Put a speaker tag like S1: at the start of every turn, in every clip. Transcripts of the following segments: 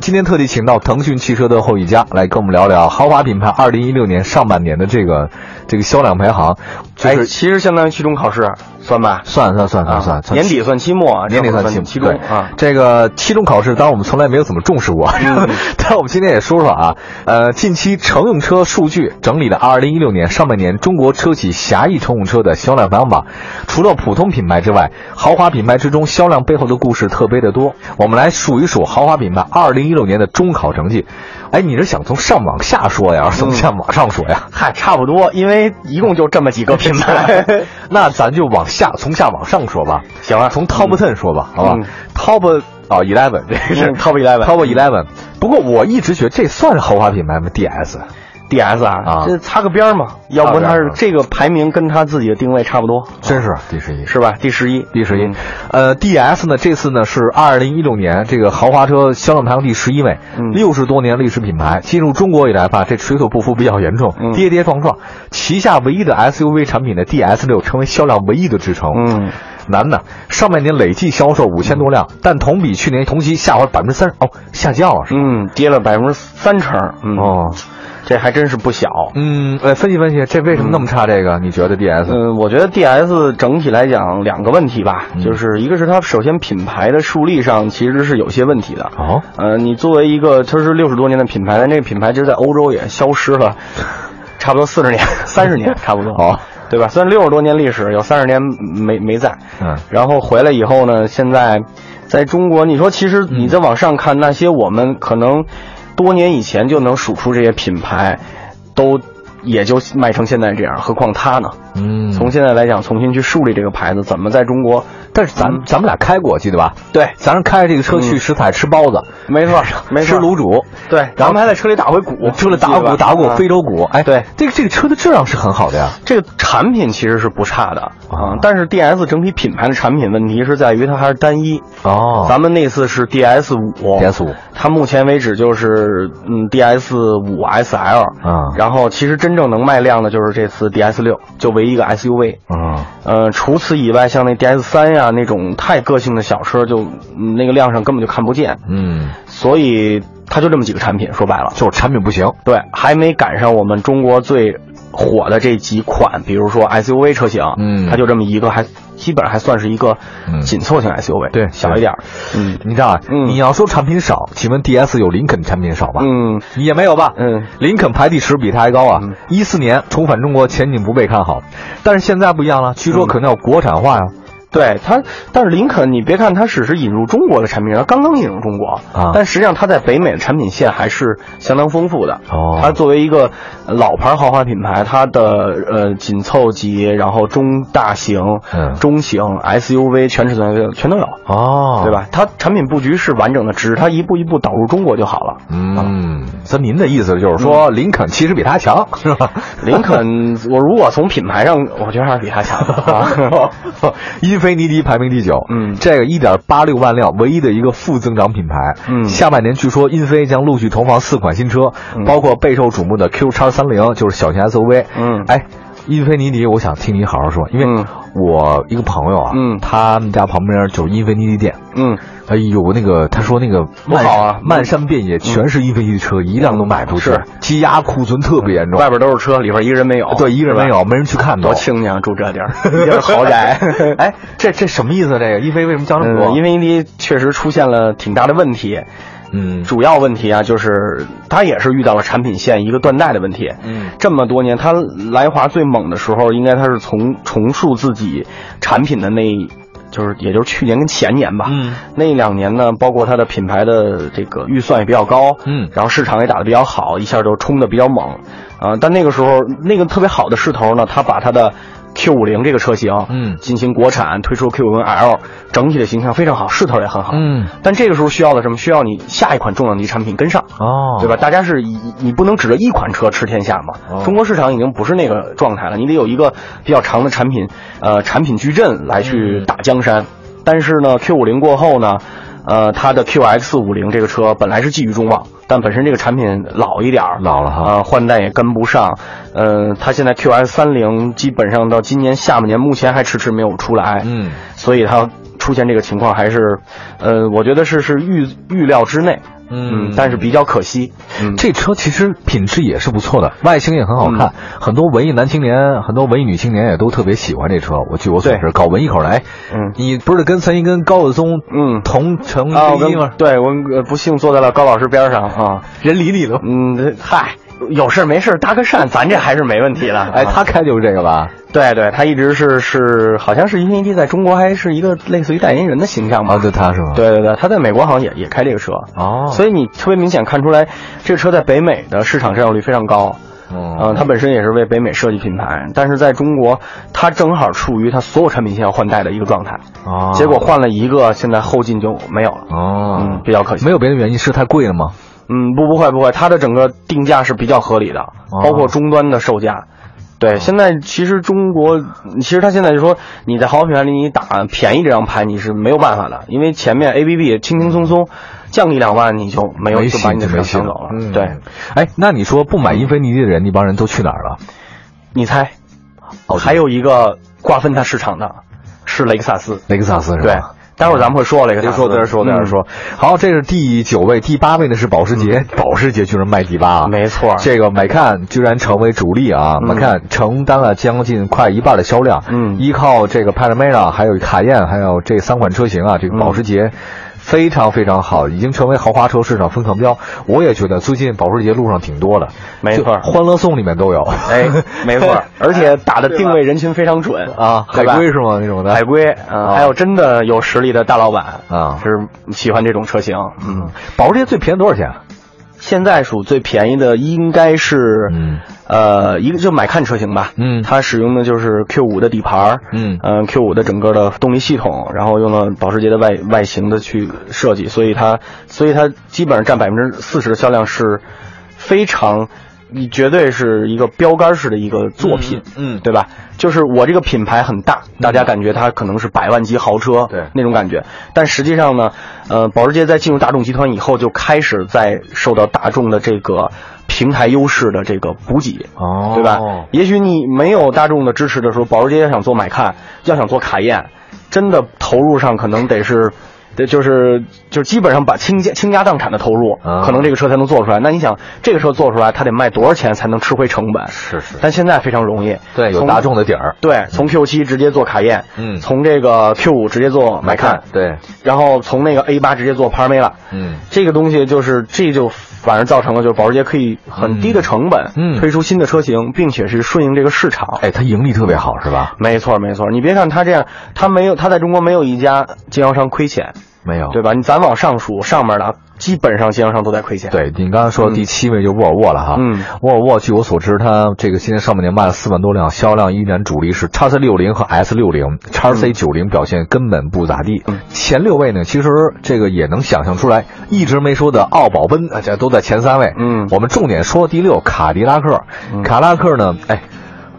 S1: 今天特地请到腾讯汽车的后一家来跟我们聊聊豪华品牌二零一六年上半年的这个这个销量排行，就
S2: 哎，
S1: 是
S2: 其实相当于期中考试，算吧。
S1: 算算算算算算
S2: 年底啊算期末啊，
S1: 年底
S2: 这会儿
S1: 算期
S2: 期中
S1: 对
S2: 啊。
S1: 这个期中考试，当然我们从来没有怎么重视过，
S2: 嗯
S1: 但是我们今天也说说啊，呃，近期乘用车数据整理的二零一六年上半年中国车企狭义乘用车的销量排行榜，除了普通品牌之外，豪华品牌之中销量背后的故事特别的多。我们来数一数豪华品牌二零一六年的中考成绩。哎，你是想从上往下说呀，还
S2: 嗯
S1: 是从下往上说呀？
S2: 嗨，差不多，因为一共就这么几个品 牌。
S1: 那咱就往下，从下往上说吧。
S2: 行啊，
S1: 从 top ten 说吧，好吧
S2: 嗯
S1: ？top 啊 eleven 这个是
S2: 嗯 top eleven
S1: top eleven。不过我一直觉得这算是豪华品牌吗？DS
S2: 哦 D S
S1: 啊
S2: 啊，这擦个边儿嘛，要不
S1: 擦
S2: 它
S1: 个边儿
S2: 是这个排名跟它自己的定位差不多，
S1: 真是第十一，
S2: 是吧？第十一，
S1: 第十一
S2: 嗯。
S1: 呃，DS 呢，这次呢是二零一六年这个豪华车销量排行第十一位，
S2: 嗯
S1: 六十多年历史品牌，进入中国以来吧，这水土不服比较严重，
S2: 嗯
S1: 跌跌撞撞。旗下唯一的 SUV 产品的 DS 六成为销量唯一的支撑。
S2: 嗯，
S1: 难呐，上半年累计销售五千多辆，但同比去年同期下滑百分之三十，哦，下降了是吧？
S2: 嗯，跌了百分之三成，嗯，
S1: 哦，
S2: 这还真是不小。
S1: 嗯，呃，分析分析，这为什么那么差？这个、你觉得 DS？
S2: 嗯，我觉得 DS 整体来讲两个问题吧，
S1: 嗯
S2: 就是一个是它首先品牌的树立上其实是有些问题的，
S1: 哦，
S2: 呃，你作为一个它是六十多年的品牌，但这个品牌其实在欧洲也消 失了，差不多四十年、三十年差不多，
S1: 哦，
S2: 对吧？虽然六十多年历史，有三十年没没在，
S1: 嗯
S2: 然后回来以后呢，现在在中国，你说其实你再往上看，那些我们可能多年以前就能数出这些品牌，都也就卖成现在这样，何况它呢？
S1: 嗯，
S2: 从现在来讲，重新去树立这个牌子，怎么在中国？
S1: 但是咱、
S2: 嗯
S1: 咱们俩开过，记得吧？
S2: 对，
S1: 咱是开着这个车去食彩吃包子，
S2: 没错，没错，
S1: 吃卤煮，
S2: 对，
S1: 然
S2: 咱
S1: 后
S2: 们还在车里打回鼓，
S1: 除了打
S2: 记得吧
S1: 鼓打鼓
S2: 啊
S1: 非洲鼓，哎，
S2: 对，
S1: 这个这个车的质量是很好的呀。
S2: 这个产品其实是不差的
S1: 啊
S2: 啊，但是 DS 整体品牌的产品问题是在于它还是单一。
S1: 哦
S2: 咱们那次是 DS 五
S1: DS 五，
S2: 它目前为止就是嗯 DS 五 SL，
S1: 啊
S2: 然后其实真正能卖量的就是这次 DS 六，就唯一一个 SUV。
S1: 嗯，
S2: 呃，除此以外，像那 DS 三呀、那种太个性的小车就，嗯那个量上根本就看不见，
S1: 嗯，
S2: 所以它就这么几个产品，说白了。
S1: 就是产品不行，
S2: 对，还没赶上我们中国最火的这几款，比如说 SUV 车型，
S1: 嗯
S2: 它就这么一个，还基本上还算是一个
S1: 嗯
S2: 紧凑型 SUV，、
S1: 对
S2: 小一点儿，嗯
S1: 你知道啊？
S2: 嗯
S1: 你要说产品少，请问 DS 有林肯产品少吧？
S2: 嗯
S1: 也没有吧？
S2: 嗯，
S1: 林肯排第十，比它还高啊。一四、年重返中国前景不被看好，但是现在不一样了，据
S2: 嗯
S1: 说可能要国产化呀、
S2: 对它，但是林肯，你别看它只是引入中国的产品，它刚刚引入中国，
S1: 啊
S2: 但实际上它在北美的产品线还是相当丰富的。
S1: 哦
S2: 它作为一个老牌豪华品牌，它的呃紧凑级，然后中大型、
S1: 嗯
S2: 中型 SUV 全尺寸全都有。
S1: 哦
S2: 对？吧？它产品布局是完整的，只是它一步一步导入中国就好了。
S1: 嗯，所以您的意思就是说，
S2: 嗯
S1: 林肯其实比它 强，是吧？
S2: 林肯，我如果从品牌上，我觉得还是比它 强的啊。
S1: 英菲尼迪排名第九，
S2: 嗯
S1: 这个一点八六万辆，唯一的一个负增长品牌。
S2: 嗯
S1: 下半年据说英菲将陆续投放四款新车，包括备受瞩目的 Q 叉三零，就是小型 SUV。
S2: 嗯
S1: 哎，英菲尼迪，我想听你好好说，因为
S2: 嗯
S1: 我一个朋友啊，
S2: 嗯
S1: 他们家旁边就是英菲尼迪店。
S2: 嗯，
S1: 哎呦，那个他说那个
S2: 多好啊
S1: 漫漫山遍野全是英菲尼迪车，一辆都卖不出去
S2: 是，
S1: 积压库存特别严重。
S2: 外边都是车，里边一个人没有。
S1: 对，一个人没
S2: 是吧，
S1: 有，没人去看都。
S2: 多清静啊，住 这地儿，一是豪宅。
S1: 哎，这这什么意思？这个英菲为什么降这么多？
S2: 嗯，因为英迪确实出现了挺大的问题，
S1: 嗯
S2: 主要问题啊，就是它也是遇到了产品线一个断代的问题。
S1: 嗯
S2: 这么多年，它来华最猛的时候，应该它是从重塑自己产品的那，就是也就是去年跟前年吧。
S1: 嗯，
S2: 那两年呢，包括它的品牌的这个预算也比较高，
S1: 嗯
S2: 然后市场也打得比较好，一下就冲得比较猛。啊、但那个时候那个特别好的势头呢，它把它的 Q 5 0这个车型，
S1: 嗯
S2: 进行国产，推出 Q 5 0 L，整体的形象非常好，势头也很好。
S1: 嗯，
S2: 但这个时候需要的什么？需要你下一款重量级产品跟上，
S1: 哦，
S2: 对吧？大家是以你不能指着一款车吃天下嘛。
S1: 哦
S2: 中国市场已经不是那个状态了，你得有一个比较长的产品，呃，产品矩阵来去
S1: 嗯
S2: 打江山。但是呢，Q 5 0过后呢，呃，它的 QX 5 0这个车本来是寄予众望，但本身这个产品老一点儿，
S1: 老了哈
S2: 啊、换代也跟不上。呃，它现在 QX 3 0基本上到今年下半年，目前还迟迟没有出来。
S1: 嗯，
S2: 所以它出现这个情况还是，呃，我觉得是是预预料之内，
S1: 嗯
S2: 但是比较可惜，嗯，
S1: 这车其实品质也是不错的，外形也很好看，很多文艺男青年、很多文艺女青年也都特别喜欢这车。我据我所知，
S2: 对
S1: 搞文艺口的，哎，
S2: 嗯
S1: 你不是跟曾一跟高晓松、
S2: 嗯
S1: 同城
S2: 啊，我
S1: 第一
S2: 跟
S1: 吗？
S2: 对我呃不幸坐在了高老师边上啊，
S1: 人理你了。
S2: 嗯，嗨，有事儿没事儿搭个讪，咱这还是没问题的。
S1: 哎，他开就是这个吧？
S2: 对对，他一直是是，好像是因为一在中国还是一个类似于代言人的形象吧。
S1: 啊，就他是吗？，
S2: 嗯对对对，他在美国好像也也开这个车，
S1: 哦，
S2: 所以你特别明显看出来，这个车在北美的市场占有率非常高。
S1: 嗯
S2: 嗯，它本身也是为北美设计品牌，但是在中国，它正好处于它所有产品线要换代的一个状态，
S1: 哦
S2: 呃结果换了一个，现在后劲就没有了，
S1: 哦
S2: 嗯，，比较可惜
S1: 没。有别的原因，是太贵了吗？
S2: 嗯，不不会不会，它的整个定价是比较合理的，
S1: 哦
S2: 包括终端的售价。对，现在其实中国，其实它现在就说你在豪华品牌里你打便宜这张牌你是没有办法的，因为前面 A B B 轻轻松松降一两万你就没有就
S1: 戏
S2: 把你的
S1: 没
S2: 车
S1: 戏
S2: 抢走了。
S1: 嗯
S2: 对，，
S1: 哎，那你说不买英菲尼迪的人，那帮人都去哪儿了？
S2: 你猜，还有一个瓜分它市场的是雷克萨斯。
S1: 雷克萨斯是
S2: 对
S1: 吧？，
S2: 待会儿咱们会说雷克
S1: 别
S2: 萨斯。嗯
S1: 说，在这说，在这说。嗯好，这是第九位，第八位呢是保时捷，保时捷居然卖第八啊！
S2: 嗯，没错。
S1: 这个买看居然成为主力啊！
S2: 嗯
S1: 买看承担了将近快一半的销量，
S2: 嗯
S1: 依靠这个帕拉梅拉、还有卡宴、还有这三款车型啊，这
S2: 嗯
S1: 个保时捷非常非常好，已经成为豪华车市场风向标。我也觉得最近保时捷路上挺多的，
S2: 没错
S1: 就欢乐颂里面都有，
S2: 哎，没错，而且打的定位人群非常准
S1: 啊，海
S2: 对吧
S1: 龟是吗？那种的
S2: 海归，嗯、
S1: 啊
S2: 还有真的有实力的大老板
S1: 啊
S2: 是喜欢这种车型。
S1: 嗯，保时捷最便宜多少钱？啊
S2: 现在数最便宜的应该是，
S1: 嗯
S2: 呃，一个就买看车型吧，
S1: 嗯
S2: 它使用的就是 Q 5的底盘儿，
S1: 嗯
S2: 嗯、q 5的整个的动力系统，然后用了保时捷的外外形的去设计，所以它，所以它基本上占百分之四十的销量是非常，你绝对是一个标杆式的一个作品，
S1: 嗯嗯嗯
S2: 对吧？就是我这个品牌很大，大家感觉它可能是百万级豪车，
S1: 对
S2: 那种感觉。但实际上呢，呃，保时捷在进入大众集团以后，就开始在受到大众的这个平台优势的这个补给，
S1: 哦
S2: 对吧？也许你没有大众的支持的时候，保时捷要想做买看，要想做卡宴，真的投入上可能得是。得就是就是基本上把倾家倾家荡产的投入，
S1: 啊
S2: 可能这个车才能做出来。那你想，这个车做出来，它得卖多少钱才能吃回成本？
S1: 是是
S2: 但现在非常容易，
S1: 对，有
S2: 从
S1: 大众的底儿，
S2: 对，从 Q 7直接做卡宴，
S1: 嗯
S2: 从这个 Q 5直接做买看，
S1: 对，
S2: 然后从那个 A 8直接做帕尔梅拉，
S1: 嗯
S2: 这个东西就是这就反而造成了就是保时捷可以很低的成本，
S1: 嗯嗯
S2: 推出新的车型，并且是顺应这个市场。
S1: 哎，它盈利特别好是吧？
S2: 没错，没错，你别看它这样，它没有，它在中国没有一家经销商亏钱，
S1: 没有，
S2: 对吧？你咱往上数，上面的基本上经销商都在亏钱。，
S1: 对你刚刚说的第七位就沃尔沃了哈，
S2: 嗯，
S1: 沃尔沃据我所知，它这个今年上半年卖了四万多辆，销量依然主力是 x C 六零和 S 六零，x C 九零表现根本不咋地。
S2: 嗯
S1: 前六位呢，其实这个也能想象出来，一直没说的奥宝奔，啊这都在前三位。
S2: 嗯
S1: 我们重点说第六卡迪拉克，卡迪拉克呢，哎，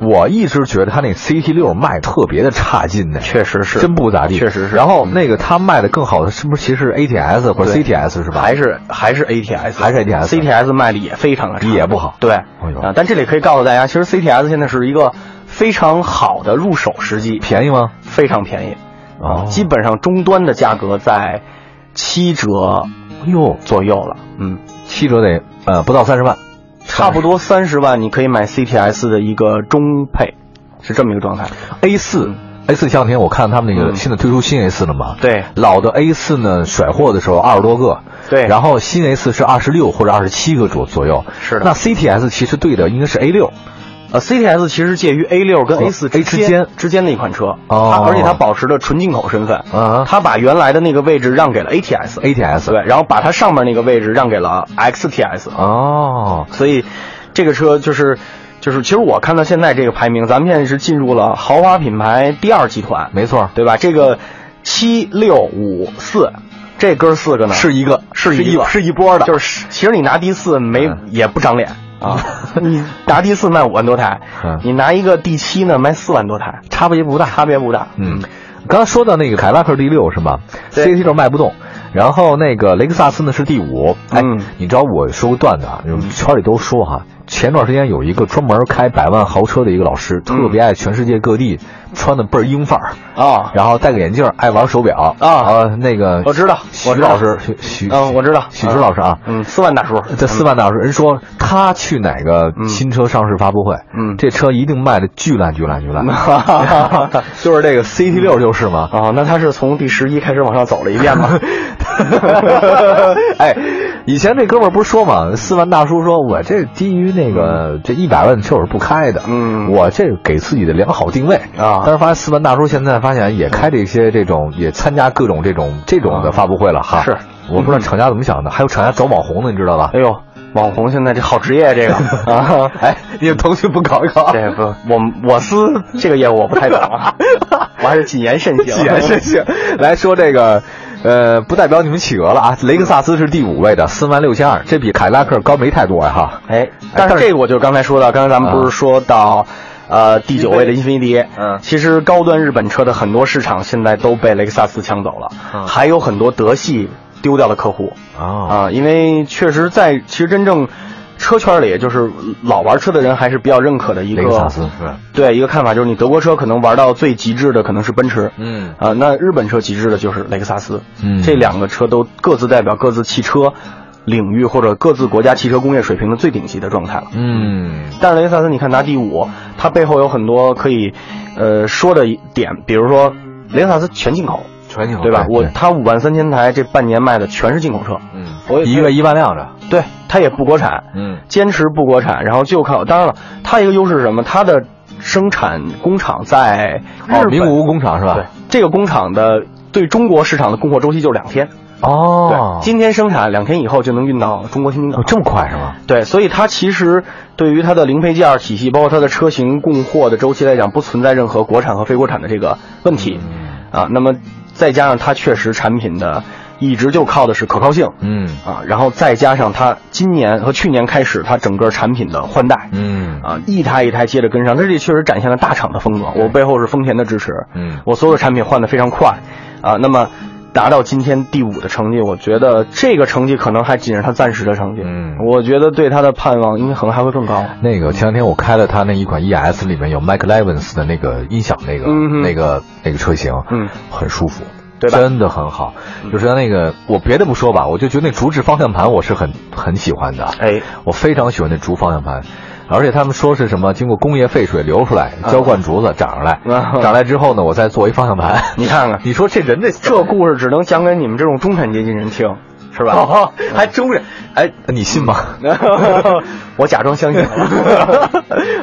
S1: 我一直觉得它那 CT 六卖特别的差劲呢。
S2: 确实是，
S1: 真不咋地，
S2: 确实是嗯
S1: 然后那个它卖的更好的，是不是其实 ATS 或者
S2: 对
S1: CTS 是吧？
S2: 还是还是 ATS，
S1: 还是 ATS
S2: CTS 卖的也非常的差，
S1: 也不好
S2: 对，
S1: 哎呦
S2: 啊，但这里可以告诉大家，其实 CTS 现在是一个非常好的入手时机，
S1: 便宜吗？
S2: 非常便宜，
S1: 哦
S2: 啊，基本上终端的价格在七折
S1: 哟，
S2: 左右了，嗯，
S1: 七折得呃不到三十万，
S2: 差不多三十万你可以买 CTS 的一个中配，是这么一个状态，
S1: A 四 A 四前两天我看他们那个
S2: 嗯
S1: 新的推出新 A 四了嘛，
S2: 对
S1: 老的 A 四呢甩货的时候二十多个，
S2: 对
S1: 然后新 A 四是二十六或者二十七个左左右，
S2: 是的
S1: 那 CTS 其实对的应该是 A 六，
S2: 呃，CTS 其实介于 A 六跟
S1: 和
S2: A 四
S1: 哦 A 之间
S2: 之间的一款车，
S1: 哦
S2: 它而且它保持着纯进口身份，
S1: 啊
S2: 它把原来的那个位置让给了 ATS，
S1: ，ATS
S2: 嗯对，然后把它上面那个位置让给了 XTS，
S1: 哦，
S2: 所以这个车就是就是，其实我看到现在这个排名，咱们现在是进入了豪华品牌第二集团，
S1: 没错，
S2: 对吧？这个七六五四这哥四个呢
S1: 是一个
S2: 是
S1: 是
S2: 一
S1: 一
S2: 个
S1: 是一波的，
S2: 就是其实你拿第四没、
S1: 嗯
S2: 也不长脸啊， 你拿第四卖五万多台，
S1: 嗯
S2: 你拿一个第七呢卖四万多台，差别不大，差别不大。
S1: 嗯，刚刚说到那个凯迪拉克第六是吗
S2: 对
S1: ？CT 六卖不动，然后那个雷克萨斯呢是第五。哎，
S2: 嗯
S1: 你知道我说个段子啊，就是圈里都说哈、前段时间有一个专门开百万豪车的一个老
S2: 嗯
S1: 师，特别爱全世界各地，穿的倍儿英范儿，
S2: 啊，
S1: 然后戴个眼镜儿，爱玩手表
S2: 啊
S1: 呃那个
S2: 我知道，
S1: 许
S2: 我知道
S1: 老，师，许许
S2: 嗯，我知道，
S1: 许之老师啊，
S2: 嗯，斯万大叔，
S1: 这斯万大师，人说他去哪个
S2: 嗯
S1: 新车上市发布会，
S2: 嗯
S1: 这车一定卖的巨烂巨烂巨 烂，
S2: 啊，
S1: 就是这个 CT 六就是 嘛。
S2: 那他是从第十一开始往上走了一遍吗？
S1: 哎，以前那哥们儿不是说嘛，斯万大叔说，我这基于那个这一百万车我是不开的，
S2: 嗯
S1: 我这给自己的良好定位
S2: 啊
S1: 但是发现斯万大叔现在发现也开这些这种，也参加各种这种这种的发布会了哈。
S2: 是，
S1: 我不知道厂家怎么想的，还有厂家走网红的，你知道吧
S2: 哎？呦，网红现在这好职业，这个啊，
S1: 哎， 你们腾讯不搞一搞？
S2: 这不，我我司这个业务我不太懂啊，我还是谨言慎行，
S1: 谨言慎行。来说这个，呃，不代表你们企鹅了啊。雷克萨斯是第五位的，四万六千二，这比凯迪拉克高没太多呀、哈。
S2: 哎，但是这个我就刚才说到，刚才咱们不是说到，呃，第九位的英菲尼迪，
S1: 嗯
S2: 其实高端日本车的很多市场现在都被雷克萨斯抢走了，
S1: 嗯
S2: 还有很多德系丢掉的客户
S1: 啊，
S2: 啊、因为确实在其实真正车圈里，就是老玩车的人还是比较认可的一
S1: 雷克萨
S2: 个，
S1: 斯是，
S2: 对一个看法，就是你德国车可能玩到最极致的可能是奔驰，
S1: 嗯
S2: 啊、那日本车极致的就是雷克萨斯，
S1: 嗯
S2: 这两个车都各自代表各自汽车领域或者各自国家汽车工业水平的最顶级的状态了。
S1: 嗯
S2: 但是雷克萨斯，你看拿第五，它背后有很多可以，呃，说的点，比如说雷克萨斯全进口，
S1: 全球
S2: 哦对吧？我它五万三千台，这半年卖的全是进口车，
S1: 嗯，
S2: 我也
S1: 一个一万辆的，
S2: 对，它也不国产，
S1: 嗯
S2: 坚持不国产，然后就靠。当然了，它一个优势是什么？它的生产工厂在日
S1: 哦，
S2: 本，
S1: 名古屋工厂是
S2: 对
S1: 吧？
S2: 这个工厂的对中国市场的供货周期就两天，
S1: 哦
S2: 对，，今天生产，两天以后就能运到中国天津港
S1: 哦。这么快是吗？
S2: 对，所以它其实对于它的零配件体系，包括它的车型供货的周期来讲，不存在任何国产和非国产的这个问题
S1: 嗯
S2: 啊。那么再加上它确实产品的一直就靠的是可靠性
S1: 嗯
S2: 啊，然后再加上它今年和去年开始它整个产品的换代
S1: 嗯
S2: 啊，一台一台接着跟上，它这确实展现了大厂的风格。我背后是丰田的支持，
S1: 嗯
S2: 我所有的产品换的非常快，啊，那么达到今天第五的成绩，我觉得这个成绩可能还仅是他暂时的成绩。
S1: 嗯
S2: 我觉得对他的盼望应该可能还会更高。
S1: 那个前两天我开了他那一款 ES，里面有 Mike Levins 的那个音响，那个、
S2: 嗯哼
S1: 那个那个车型，
S2: 嗯，
S1: 很舒服，
S2: 对吧嗯
S1: 真的很好。就是它那个，我别的不说吧，我就觉得那竹制方向盘我是很很喜欢的，
S2: 哎，
S1: 我非常喜欢那竹方向盘。而且他们说是什么，经过工业废水流出来，浇灌竹子长上来，
S2: 啊
S1: 长上来之后呢，我再做一方向盘。
S2: 你看看
S1: 你说这人这
S2: 这故事只能讲给你们这种中产阶级人听，是吧？
S1: 哦 还中人，嗯哎，你信吗？
S2: 我假装相信了。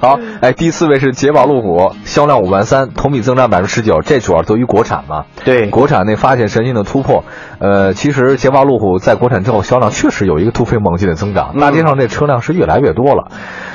S1: 好，哎，第四位是捷豹路虎，销量五万三，同比增长百分之十九，这主要得益于国产嘛。
S2: 对，
S1: 国产那发现神经的突破，呃，其实捷豹路虎在国产之后销量确实有一个突飞猛进的增长，
S2: 嗯
S1: 大街上这车辆是越来越多了。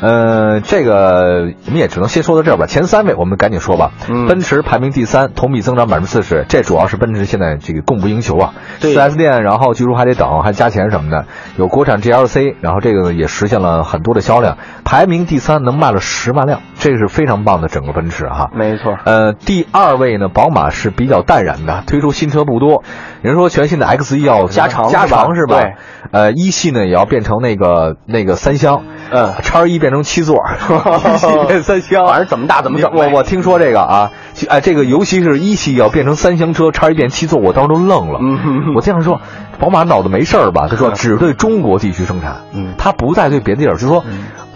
S1: 呃，这个我们也只能先说到这儿吧。前三位我们赶紧说吧。
S2: 嗯
S1: 奔驰排名第三，同比增长百分之四十，这主要是奔驰现在这个供不应求啊。
S2: 对
S1: 4S 店，然后据说还得等，还加钱什么的。有国产 GLC，然后这个也实现了很多的销量，排名第三能卖了十万辆，这是非常棒的整个奔驰哈。
S2: 没错。
S1: 呃，第二位呢，宝马是比较淡然的，推出新车不多。人说全新的 X 1要
S2: 加长
S1: 加
S2: 是吧
S1: 长是吧？
S2: 对
S1: 呃，一系呢也要变成那个那个三厢，
S2: 嗯
S1: 叉一变成七 座，一系变三厢，
S2: 反正怎么大怎么整呗
S1: 我我听说这个啊，就哎，这个尤其是一系要变成三厢车，叉一变七座，我当时都愣了。
S2: 嗯哼哼
S1: 我这样说，宝马脑子没事儿吧？他说
S2: 嗯
S1: 只对中国地区生产，
S2: 嗯
S1: 他不再对别的地儿，就是说。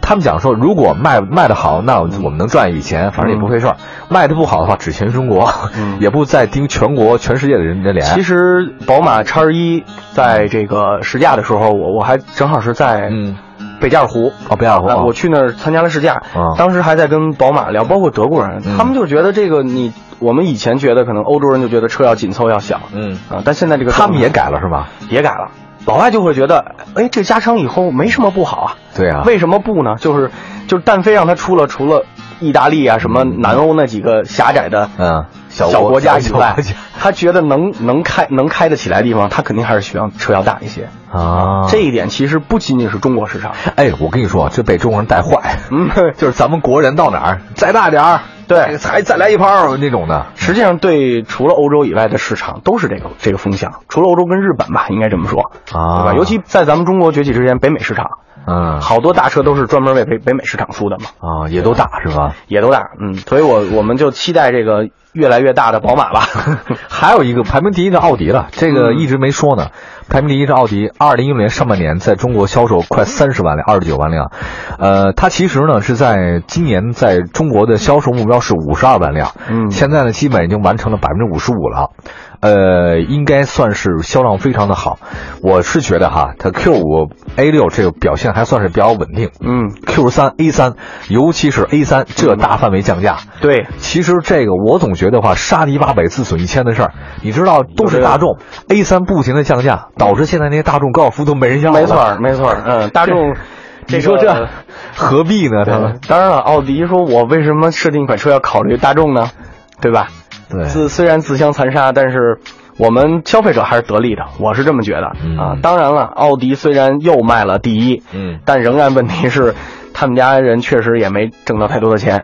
S1: 他们讲说，如果卖卖的好，那
S2: 嗯
S1: 我们能赚一笔钱，反正也不费事儿；卖的不好的话，只全中国，
S2: 嗯
S1: 也不再盯全国、全世界的人的脸。
S2: 其实宝马叉一在这个试驾的时候，我我还正好是在
S1: 嗯，
S2: 北加尔湖，
S1: 哦，不要
S2: 哎
S1: 慌，
S2: 我去那儿参加了试驾
S1: 啊，
S2: 当时还在跟宝马聊，包括德国人，
S1: 嗯
S2: 他们就觉得这个你，我们以前觉得可能欧洲人就觉得车要紧凑要小
S1: 嗯，
S2: 啊，但现在这个
S1: 他们也改了是吗？
S2: 也改了，老外就会觉得，哎，这加长以后没什么不好啊，
S1: 对啊，
S2: 为什么不呢？就是就是，但非让它出了除了意大利啊什么南欧那几个狭窄的
S1: 嗯，小
S2: 小国家以
S1: 小
S2: 外
S1: 国家，
S2: 他觉得能能开能开得起来的地方，他肯定还是需要车要大一些。
S1: 啊，
S2: 这一点其实不仅仅是中国市场，
S1: 哎，我跟你说，这被中国人带坏，
S2: 嗯，
S1: 就是咱们国人到哪儿再大点儿，
S2: 对
S1: 还再来一炮那种的。
S2: 实际上，对除了欧洲以外的市场都是这个这个风向，除了欧洲跟日本吧，应该这么说
S1: 啊
S2: 对吧？尤其在咱们中国崛起之前，北美市场
S1: 嗯
S2: 好多大车都是专门为北北美市场出的嘛，
S1: 啊，也都大是吧？
S2: 也都大，嗯，所以我我们就期待这个越来越大的 宝马吧。
S1: 还有一个排名第一的奥迪了，这个一直没说呢。排名第一的奥迪，二零一六年上半年在中国销售快三十万辆，二十九万辆。呃，它其实呢是在今年在中国的销售目标是五十二万辆，
S2: 嗯
S1: 现在呢基本已经完成了百分之五十五了。呃，应该算是销量非常的好，我是觉得哈，它 Q 五 A 六这个表现还算是比较稳定
S2: 嗯，
S1: ，Q 三 A 三，尤其是 A 三这大范围降价，
S2: 对，
S1: 其实这个我总觉得话，杀敌八百，自损一千的事儿，你知道都是大众 A 三不停的降价，导致现在那些大众高尔夫都没人要了。
S2: 没错儿，没错儿， 嗯，大众，
S1: 你
S2: 这
S1: 说
S2: 个
S1: 这何必呢？他
S2: 对
S1: 们，
S2: 当然了，奥迪说我为什么设定一款车要考虑大众呢？对吧？
S1: 对
S2: 嗯自虽然自相残杀，但是我们消费者还是得利的，我是这么觉得、
S1: 嗯
S2: 啊。当然了，奥迪虽然又卖了第一，
S1: 嗯
S2: 但仍然问题是，他们家人确实也没挣到太多的钱，啊，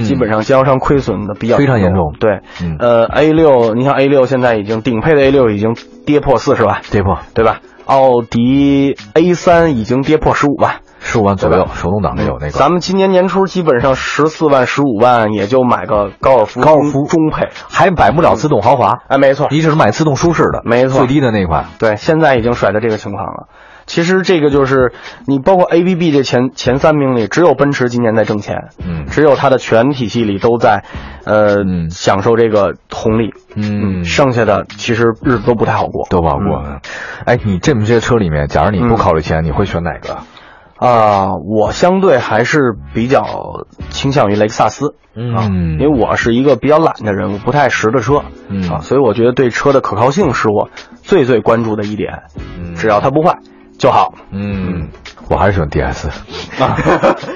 S1: 嗯
S2: 基本上经销商亏损的比较
S1: 非常严重
S2: 对，
S1: 嗯
S2: 呃，A 六，你像 A 六现在已经顶配的 A 六已经跌破四十万，
S1: 对不？
S2: 对吧？奥迪 A 三已经跌破十五万。
S1: 十五万左右
S2: 对，吧
S1: 手动挡的有那个，
S2: 咱们今年年初基本上十四万、十五万也就买个高尔夫
S1: 高尔夫
S2: 中配，
S1: 还买不了自动豪华，
S2: 哎，没错，
S1: 你只能买自动舒适的，
S2: 没
S1: 最
S2: 错
S1: 低的那款。
S2: 对，现在已经甩到这个情况了。其实这个就是你包括 ABB 这前前三名里，只有奔驰今年在挣钱，
S1: 嗯
S2: 只有它的全体系里都在，呃，
S1: 嗯
S2: 享受这个红利，
S1: 嗯
S2: 剩下的其实日子都不太好过，
S1: 都不好过。哎，你这么些车里面，假如你不
S2: 嗯
S1: 考虑钱，你会选哪个？
S2: 啊、我相对还是比较倾向于雷克萨斯，
S1: 嗯
S2: 啊，因为我是一个比较懒的人，我不太识的车，
S1: 嗯
S2: 啊，所以我觉得对车的可靠性是我最最关注的一点，
S1: 嗯
S2: 只要它不坏 就好。
S1: 嗯，我还是选 DS。
S2: 啊，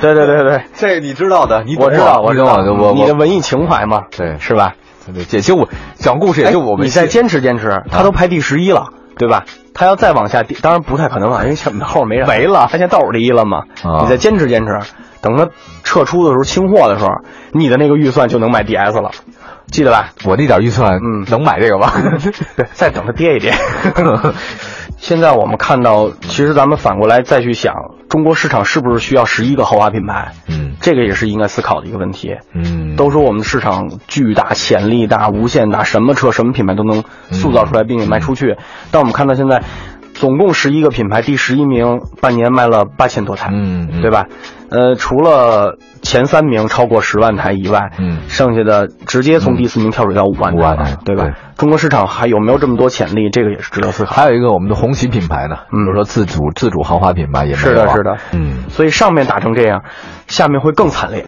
S2: 对对对对，
S1: 这你知道的，你
S2: 我知道，我
S1: 我
S2: 知道，
S1: 我我
S2: 你的文艺情怀嘛，
S1: 对
S2: 是吧？
S1: 对，也就我讲故事，也就我们啊
S2: 哎你再坚持坚持，他都排第十一了，对吧？他要再往下跌，当然不太可能了，因为前面后面没人没了，他现在倒数第一了嘛。
S1: 啊
S2: 你再坚持坚持，等他撤出的时候清货的时候，你的那个预算就能买 DS 了，记得吧？
S1: 我那点预算，
S2: 嗯
S1: 能买这个 吗？
S2: 对，再等它跌一跌。 现在我们看到，其实咱们反过来再去想，中国市场是不是需要十一个豪华品牌？
S1: 嗯
S2: 这个也是应该思考的一个问题。
S1: 嗯，
S2: 都说我们的市场巨大、潜力大、无限大，什么车、什么品牌都能塑造出来并且卖出
S1: 嗯
S2: 去。但我们看到现在，总共十一个品牌，第十一名半年卖了八千多台，
S1: 嗯嗯
S2: 对吧？呃，除了前三名超过十万台以外，
S1: 嗯
S2: 剩下的直接从第四名跳水到五万
S1: 五万台
S2: 嗯台了，对吧？
S1: 对
S2: 中国市场还有没有这么多潜力？这个也是值得思考。
S1: 还有一个我们的红旗品牌呢，比
S2: 嗯
S1: 如说自主自主豪华品牌也没有
S2: 是的
S1: 啊
S2: 是的
S1: 嗯
S2: 所以上面打成这样，下面会更惨烈。